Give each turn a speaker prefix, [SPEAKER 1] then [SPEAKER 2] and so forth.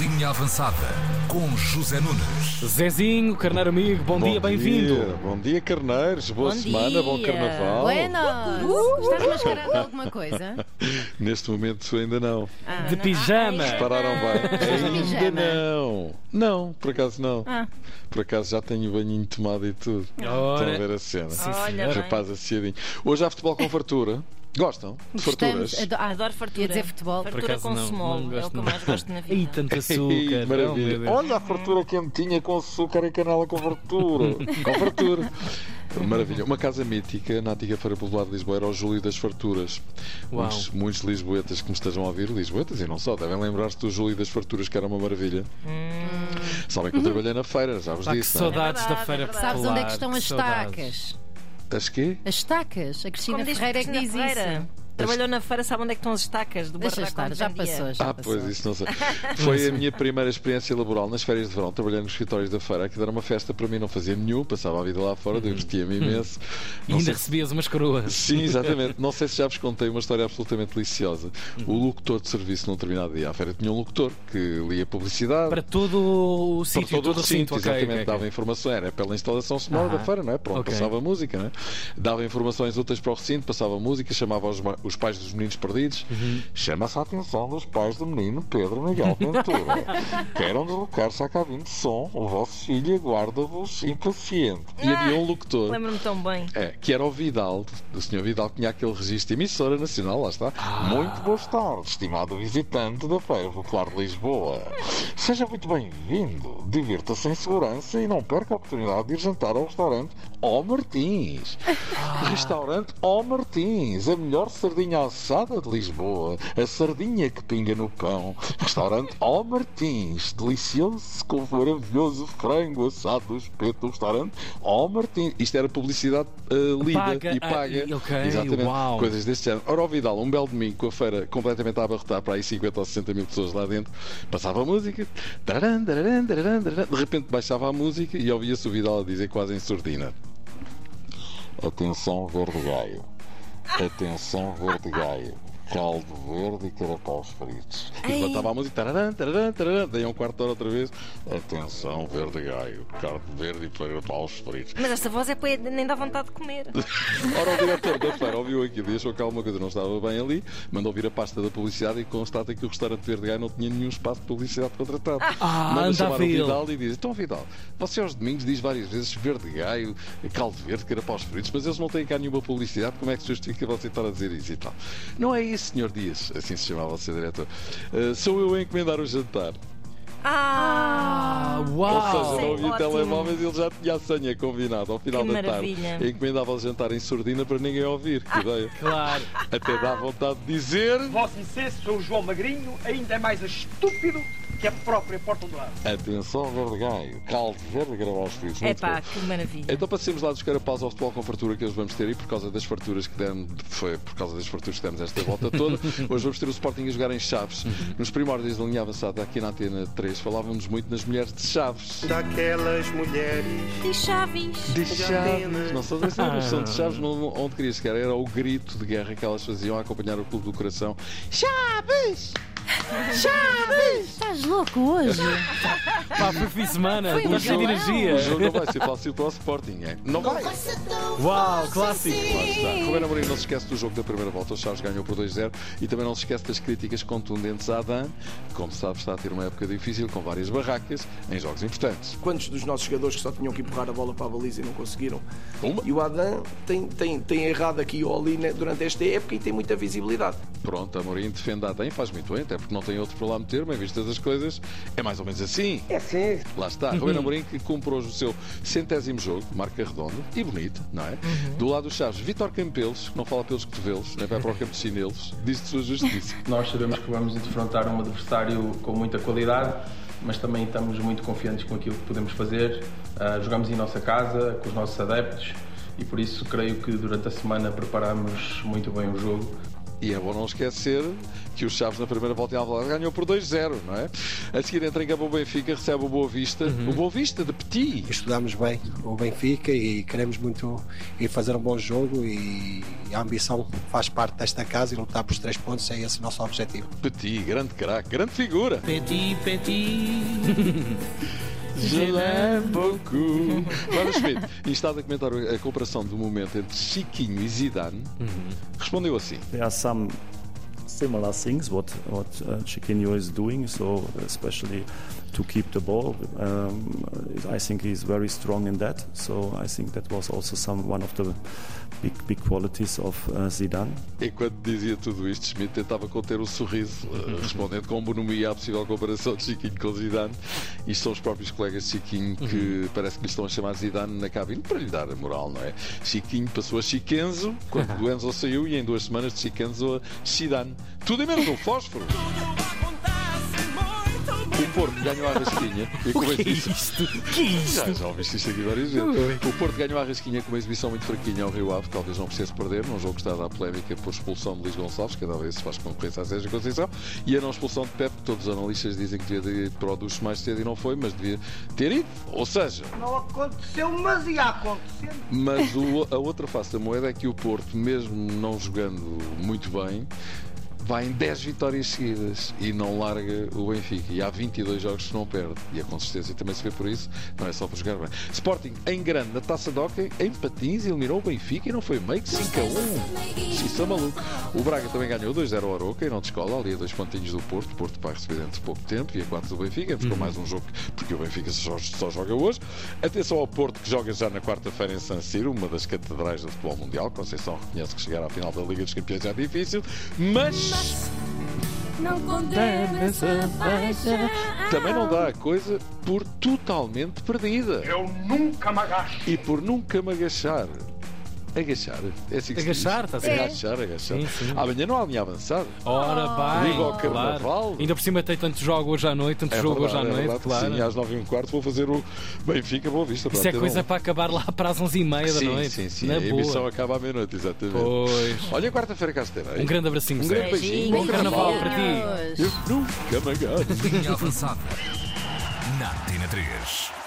[SPEAKER 1] Linha Avançada com José Nunes.
[SPEAKER 2] Zezinho, carneiro amigo, bom, dia, bem-vindo.
[SPEAKER 3] Bom dia, carneiros. Boa semana, bom carnaval.
[SPEAKER 4] Buenos! Estás mascarado de alguma coisa?
[SPEAKER 3] Neste momento ainda não.
[SPEAKER 4] Ah,
[SPEAKER 2] De
[SPEAKER 4] não-
[SPEAKER 2] pijama.
[SPEAKER 4] Ah, é.
[SPEAKER 3] Pararam
[SPEAKER 4] Estás de
[SPEAKER 3] bem. ainda
[SPEAKER 4] pijama?
[SPEAKER 3] não. Não, por acaso não.
[SPEAKER 4] Ah.
[SPEAKER 3] Por acaso já tenho banhinho tomado e tudo.
[SPEAKER 2] Ora.
[SPEAKER 3] Estão a ver a cena.
[SPEAKER 4] Olha, Ah, bem.
[SPEAKER 3] Rapaz, acedinho. Hoje há futebol com fartura. Gostam? De farturas?
[SPEAKER 4] Estamos- ado- ah, adoro fartura.
[SPEAKER 5] Ia dizer futebol.
[SPEAKER 2] Por
[SPEAKER 4] Fartura
[SPEAKER 2] acaso
[SPEAKER 4] com
[SPEAKER 2] não,
[SPEAKER 4] small.
[SPEAKER 2] não
[SPEAKER 4] é o
[SPEAKER 2] gosto
[SPEAKER 4] que eu
[SPEAKER 2] não.
[SPEAKER 4] mais gosto na vida.
[SPEAKER 2] Ei, tanto açúcar.
[SPEAKER 3] Ei, maravilha.
[SPEAKER 2] oh, meu Deus.
[SPEAKER 3] Olha a fartura que eu me tinha com açúcar e canela com fartura. com fartura. Maravilha. Uma casa mítica na antiga Feira Popular de Lisboa era o Júlio das Farturas.
[SPEAKER 2] Uau.
[SPEAKER 3] Muitos, muitos lisboetas que me estejam a ouvir, lisboetas e não só, devem lembrar-se do Júlio das Farturas, que era uma maravilha. Sabem que eu trabalhei na feira, já vos
[SPEAKER 2] Hum. Pá, que
[SPEAKER 3] disse. não é?
[SPEAKER 2] saudades
[SPEAKER 4] É
[SPEAKER 2] da
[SPEAKER 4] verdade,
[SPEAKER 2] feira
[SPEAKER 4] é verdade.
[SPEAKER 2] popular.
[SPEAKER 5] Sabes onde é que estão as
[SPEAKER 2] saudades.
[SPEAKER 5] estacas?
[SPEAKER 3] As quê?
[SPEAKER 5] As estacas. A Cristina
[SPEAKER 4] Como diz
[SPEAKER 5] Ferreira é que
[SPEAKER 4] Cristina
[SPEAKER 5] diz
[SPEAKER 4] Ferreira.
[SPEAKER 5] isso.
[SPEAKER 4] Trabalhou na feira, sabe onde é que estão as estacas do
[SPEAKER 5] Deixa
[SPEAKER 4] barraco
[SPEAKER 5] estar,
[SPEAKER 4] onde
[SPEAKER 5] já
[SPEAKER 4] vendia?
[SPEAKER 5] passou. Já
[SPEAKER 3] Ah,
[SPEAKER 5] passou.
[SPEAKER 3] pois, isso não sei. Foi a minha primeira experiência laboral nas férias de verão. Trabalhei nos escritórios da feira, que deram uma festa para mim, não fazia nenhum, passava a vida lá fora, divertia-me imenso.
[SPEAKER 2] E
[SPEAKER 3] Não
[SPEAKER 2] Uhum. ainda
[SPEAKER 3] sei se-
[SPEAKER 2] recebias umas coroas.
[SPEAKER 3] Sim, exatamente. Não sei se já vos contei uma história absolutamente deliciosa. O
[SPEAKER 2] Uhum.
[SPEAKER 3] locutor de serviço, num determinado dia à feira, tinha um locutor que lia publicidade.
[SPEAKER 2] Para todo o sítio,
[SPEAKER 3] todo o recinto,
[SPEAKER 2] ok,
[SPEAKER 3] exatamente,
[SPEAKER 2] ok, ok.
[SPEAKER 3] dava informação, era pela instalação sonora
[SPEAKER 2] Aham.
[SPEAKER 3] da feira, não é? Pronto,
[SPEAKER 2] Ok.
[SPEAKER 3] passava música, não é? Dava informações úteis para o recinto, passava música, chamava os, ma- os pais dos meninos perdidos.
[SPEAKER 2] Uhum.
[SPEAKER 3] Chama-se a atenção dos pais do menino Pedro Miguel Ventura. Queiram deslocar-se à cabine de som, o vosso filho aguarda-vos impaciente. E havia um locutor.
[SPEAKER 4] Lembro-me tão bem.
[SPEAKER 3] É, que era o Vidal, o Sr. Vidal que tinha aquele registro de emissora nacional, lá está. Muito boas tardes, estimado visitante da Feira Popular de Lisboa. Seja muito bem-vindo, divirta-se em segurança e não perca a oportunidade de ir jantar ao restaurante Ó Martins. Restaurante Ó Martins, a melhor sardinha assada de Lisboa, a sardinha que pinga no pão. Restaurante Ó Martins, delicioso com maravilhoso frango assado, espeto, restaurante Ó Martins. Isto era publicidade uh, lida
[SPEAKER 2] Paga,
[SPEAKER 3] e paga.
[SPEAKER 2] ah, ok,
[SPEAKER 3] Exatamente.
[SPEAKER 2] uau.
[SPEAKER 3] Coisas deste género. Ora, o Vidal, um belo domingo com a feira completamente a abarrotar para aí 50 ou 60 mil pessoas lá dentro, passava a música, taran, taran, taran, taran. de repente baixava a música e ouvia-se o Vidal a dizer quase em surdina. Atenção verde gaio. Atenção verde gaio. Caldo verde e carapaus fritos. E levantava a música. Tararam, tararam, tararam. Daí a um quarto de hora outra vez. Atenção verde gaio. Caldo verde e carapaus fritos.
[SPEAKER 4] Mas esta voz é para nem dá vontade de comer.
[SPEAKER 3] Ora, o diretor da feira ouviu aquilo e achou que alguma coisa não estava bem ali. Mandou vir a pasta da publicidade e constata que o restaurante verde gaio não tinha nenhum espaço de publicidade contratado.
[SPEAKER 2] Ah,
[SPEAKER 3] Manda
[SPEAKER 2] andava
[SPEAKER 3] chamar o
[SPEAKER 2] ele.
[SPEAKER 3] Vidal e diz: Então, Vidal, você aos domingos diz várias vezes verde gaio, caldo verde, que era para os fritos, mas eles não têm cá nenhuma publicidade, como é que se justifica você estar a dizer isso e tal? Não é isso, senhor Dias, assim se chamava o seu diretor. "Ah, sou eu a encomendar o jantar.
[SPEAKER 4] Ah!
[SPEAKER 2] Ah,
[SPEAKER 3] Ou
[SPEAKER 2] uau!
[SPEAKER 3] seja, não havia
[SPEAKER 4] Ótimo.
[SPEAKER 3] telemóveis e ele já tinha a senha combinada ao final
[SPEAKER 4] Que
[SPEAKER 3] da tarde.
[SPEAKER 4] maravilha.
[SPEAKER 3] Encomendava o jantar em surdina para ninguém ouvir, que ideia.
[SPEAKER 2] Claro.
[SPEAKER 3] Até dá vontade de dizer.
[SPEAKER 6] Vosso licença, sou o João Magrinho, ainda é mais estúpido que a própria Porta do Ar.
[SPEAKER 3] Atenção, verde gaio, caldo verde, gravar os fritos.
[SPEAKER 4] É
[SPEAKER 3] Muito bom.
[SPEAKER 4] pá, que maravilha.
[SPEAKER 3] Então passemos lá dos carapaus ao futebol com fartura que hoje vamos ter e por causa das farturas que demos, foi por causa das farturas que demos esta volta toda, hoje vamos ter o Sporting a jogar em Chaves. Nos primórdios da linha avançada aqui na Antena 3 falávamos muito nas mulheres de Chaves.
[SPEAKER 7] daquelas mulheres
[SPEAKER 4] E Chaves?
[SPEAKER 3] De Chaves, não são das Chaves, são de Chaves não- onde queria chegar, era o grito de guerra que elas faziam a acompanhar o Clube do Coração. Chaves!
[SPEAKER 5] Estás louco hoje?
[SPEAKER 2] Pá, foi fim de semana.
[SPEAKER 5] Foi
[SPEAKER 2] Estás sem
[SPEAKER 5] um jogo.
[SPEAKER 3] O
[SPEAKER 2] energia.
[SPEAKER 3] jogo não vai ser fácil para o Sporting, é? Não vai!
[SPEAKER 2] Uau, clássico.
[SPEAKER 3] Lá está. Ruben Amorim não se esquece do jogo da primeira volta. O Chaves ganhou por 2-0 e também não se esquece das críticas contundentes à Dan. que, Como sabe, está a ter uma época difícil com várias barracas em jogos importantes.
[SPEAKER 8] Quantos dos nossos jogadores que só tinham que empurrar a bola para a baliza e não conseguiram?
[SPEAKER 3] Uma.
[SPEAKER 8] E o Adam tem, tem, tem errado aqui ou ali né, durante esta época e tem muita visibilidade.
[SPEAKER 3] Pronto, Amorim defende a Dan e faz muito bem, até porque não tem outro para lá meter, mas vistas as coisas, é mais ou menos assim. É sim. Lá está. Ruben Amorim que cumpre hoje o seu centésimo jogo, marca redonda e bonito, não é? Do lado do Chaves, Vítor Campelos, que não fala pelos cotovelos, nem vai para o campo de chinelos, diz de sua justiça.
[SPEAKER 9] Nós sabemos que vamos enfrentar um adversário com muita qualidade, mas também estamos muito confiantes com aquilo que podemos fazer. Ah, jogamos em nossa casa, com os nossos adeptos, e por isso creio que durante a semana preparamos muito bem o jogo.
[SPEAKER 3] E é bom não esquecer que o Chaves na primeira volta em Alvalade ganhou por 2-0, não é? A seguir entra em campo o Benfica, recebe o Boa Vista. O Boa Vista de Petit.
[SPEAKER 10] Estudámos bem o Benfica e queremos muito ir fazer um bom jogo e a ambição faz parte desta casa e lutar pelos três pontos é esse o nosso objetivo.
[SPEAKER 3] Petit, grande craque, grande figura.
[SPEAKER 2] Petit, petit.
[SPEAKER 3] Gelambocu. Vamos ver. E está a comentar a comparação do momento entre Chiquinho e Zidane. Respondeu assim.
[SPEAKER 11] There are some similar things what what uh, Chiquinho is doing. So especially to keep the ball, um, I think he's very strong in that. So I think that was also some one of the big big qualities of uh, Zidane.
[SPEAKER 3] Enquanto dizia tudo isto, Schmidt tentava conter o sorriso, eh, respondendo com bonomia à possível comparação de Chiquinho com Zidane. E são os próprios colegas de Chiquinho que
[SPEAKER 2] Uhum.
[SPEAKER 3] parece que lhe estão a chamar Zidane na cabine para lhe dar a moral, não é? Chiquinho passou a Chiquenzo quando do Enzo saiu e em duas semanas de Chiquenzo a Zidane. Tudo em menos um fósforo. O Porto ganhou a Rasquinha. E com
[SPEAKER 2] Que é
[SPEAKER 3] isso-
[SPEAKER 2] isto? Que é
[SPEAKER 3] Já,
[SPEAKER 2] isto?
[SPEAKER 3] já ouviste isto aqui várias vezes. O Porto ganhou a risquinha com uma exibição muito fraquinha ao Rio Ave, talvez não precise perder, num jogo que está a dar polémica por expulsão de Luís Gonçalves, cada vez se faz concorrência a Sérgio Conceição, e a não expulsão de Pepe, que todos os analistas dizem que devia ter produz mais cedo e não foi, mas devia ter ido. Ou seja,
[SPEAKER 6] Não aconteceu, mas ia acontecer.
[SPEAKER 3] mas o- a outra face da moeda é que o Porto, mesmo não jogando muito bem, vai em 10 vitórias seguidas e não larga o Benfica. E há 22 jogos que não perde. E a consistência também se vê por isso, não é só por jogar bem. Sporting em grande na taça de hockey, em patins, eliminou o Benfica e não foi meio que 5 a 1. Isso é maluco. O Braga também ganhou 2-0 ao Aroca e não descola. Ali a dois pontinhos do Porto. O Porto vai receber dentro de pouco tempo e a 4 do Benfica.
[SPEAKER 2] Uhum.
[SPEAKER 3] Ficou mais um jogo porque o Benfica só, só joga hoje. Atenção ao Porto que joga já na quarta-feira em San Siro, uma das catedrais do futebol mundial. Conceição reconhece que chegar à final da Liga dos Campeões é difícil, mas...
[SPEAKER 12] Não condena essa paixão.
[SPEAKER 3] Também não dá a coisa por totalmente perdida. Eu nunca me agacho. E por nunca me agachar. Agachar. É assim que se diz.
[SPEAKER 2] Agachar, está certo.
[SPEAKER 3] Agachar, agachar.
[SPEAKER 2] Sim, sim.
[SPEAKER 3] Amanhã não há linha avançada.
[SPEAKER 2] Ora
[SPEAKER 5] Oh.
[SPEAKER 2] bem,
[SPEAKER 3] Liga ao
[SPEAKER 2] claro.
[SPEAKER 3] carnaval.
[SPEAKER 2] Ainda por cima tem tanto jogo hoje à noite, tanto
[SPEAKER 3] É
[SPEAKER 2] jogo
[SPEAKER 3] verdade,
[SPEAKER 2] hoje à
[SPEAKER 3] é
[SPEAKER 2] noite,
[SPEAKER 3] verdade que
[SPEAKER 2] claro.
[SPEAKER 3] Sim, às 9 e um quarto vou fazer o Benfica Boa Vista.
[SPEAKER 2] Isso
[SPEAKER 3] para
[SPEAKER 2] é
[SPEAKER 3] ter
[SPEAKER 2] coisa
[SPEAKER 3] um-
[SPEAKER 2] para acabar lá para as 11h30 da
[SPEAKER 3] sim,
[SPEAKER 2] noite.
[SPEAKER 3] Sim, sim,
[SPEAKER 2] Na
[SPEAKER 3] A emissão é-
[SPEAKER 2] boa.
[SPEAKER 3] acaba à meia-noite, exatamente.
[SPEAKER 2] Pois.
[SPEAKER 3] Olha, quarta-feira cá se terá, hein?
[SPEAKER 2] Um grande abracinho,
[SPEAKER 3] Um
[SPEAKER 2] Zé.
[SPEAKER 3] grande beijinho.
[SPEAKER 2] Bom carnaval para ti.
[SPEAKER 5] Beijinhos.
[SPEAKER 3] Eu nunca me agacho.
[SPEAKER 1] Linha avançada. Na Tina 3.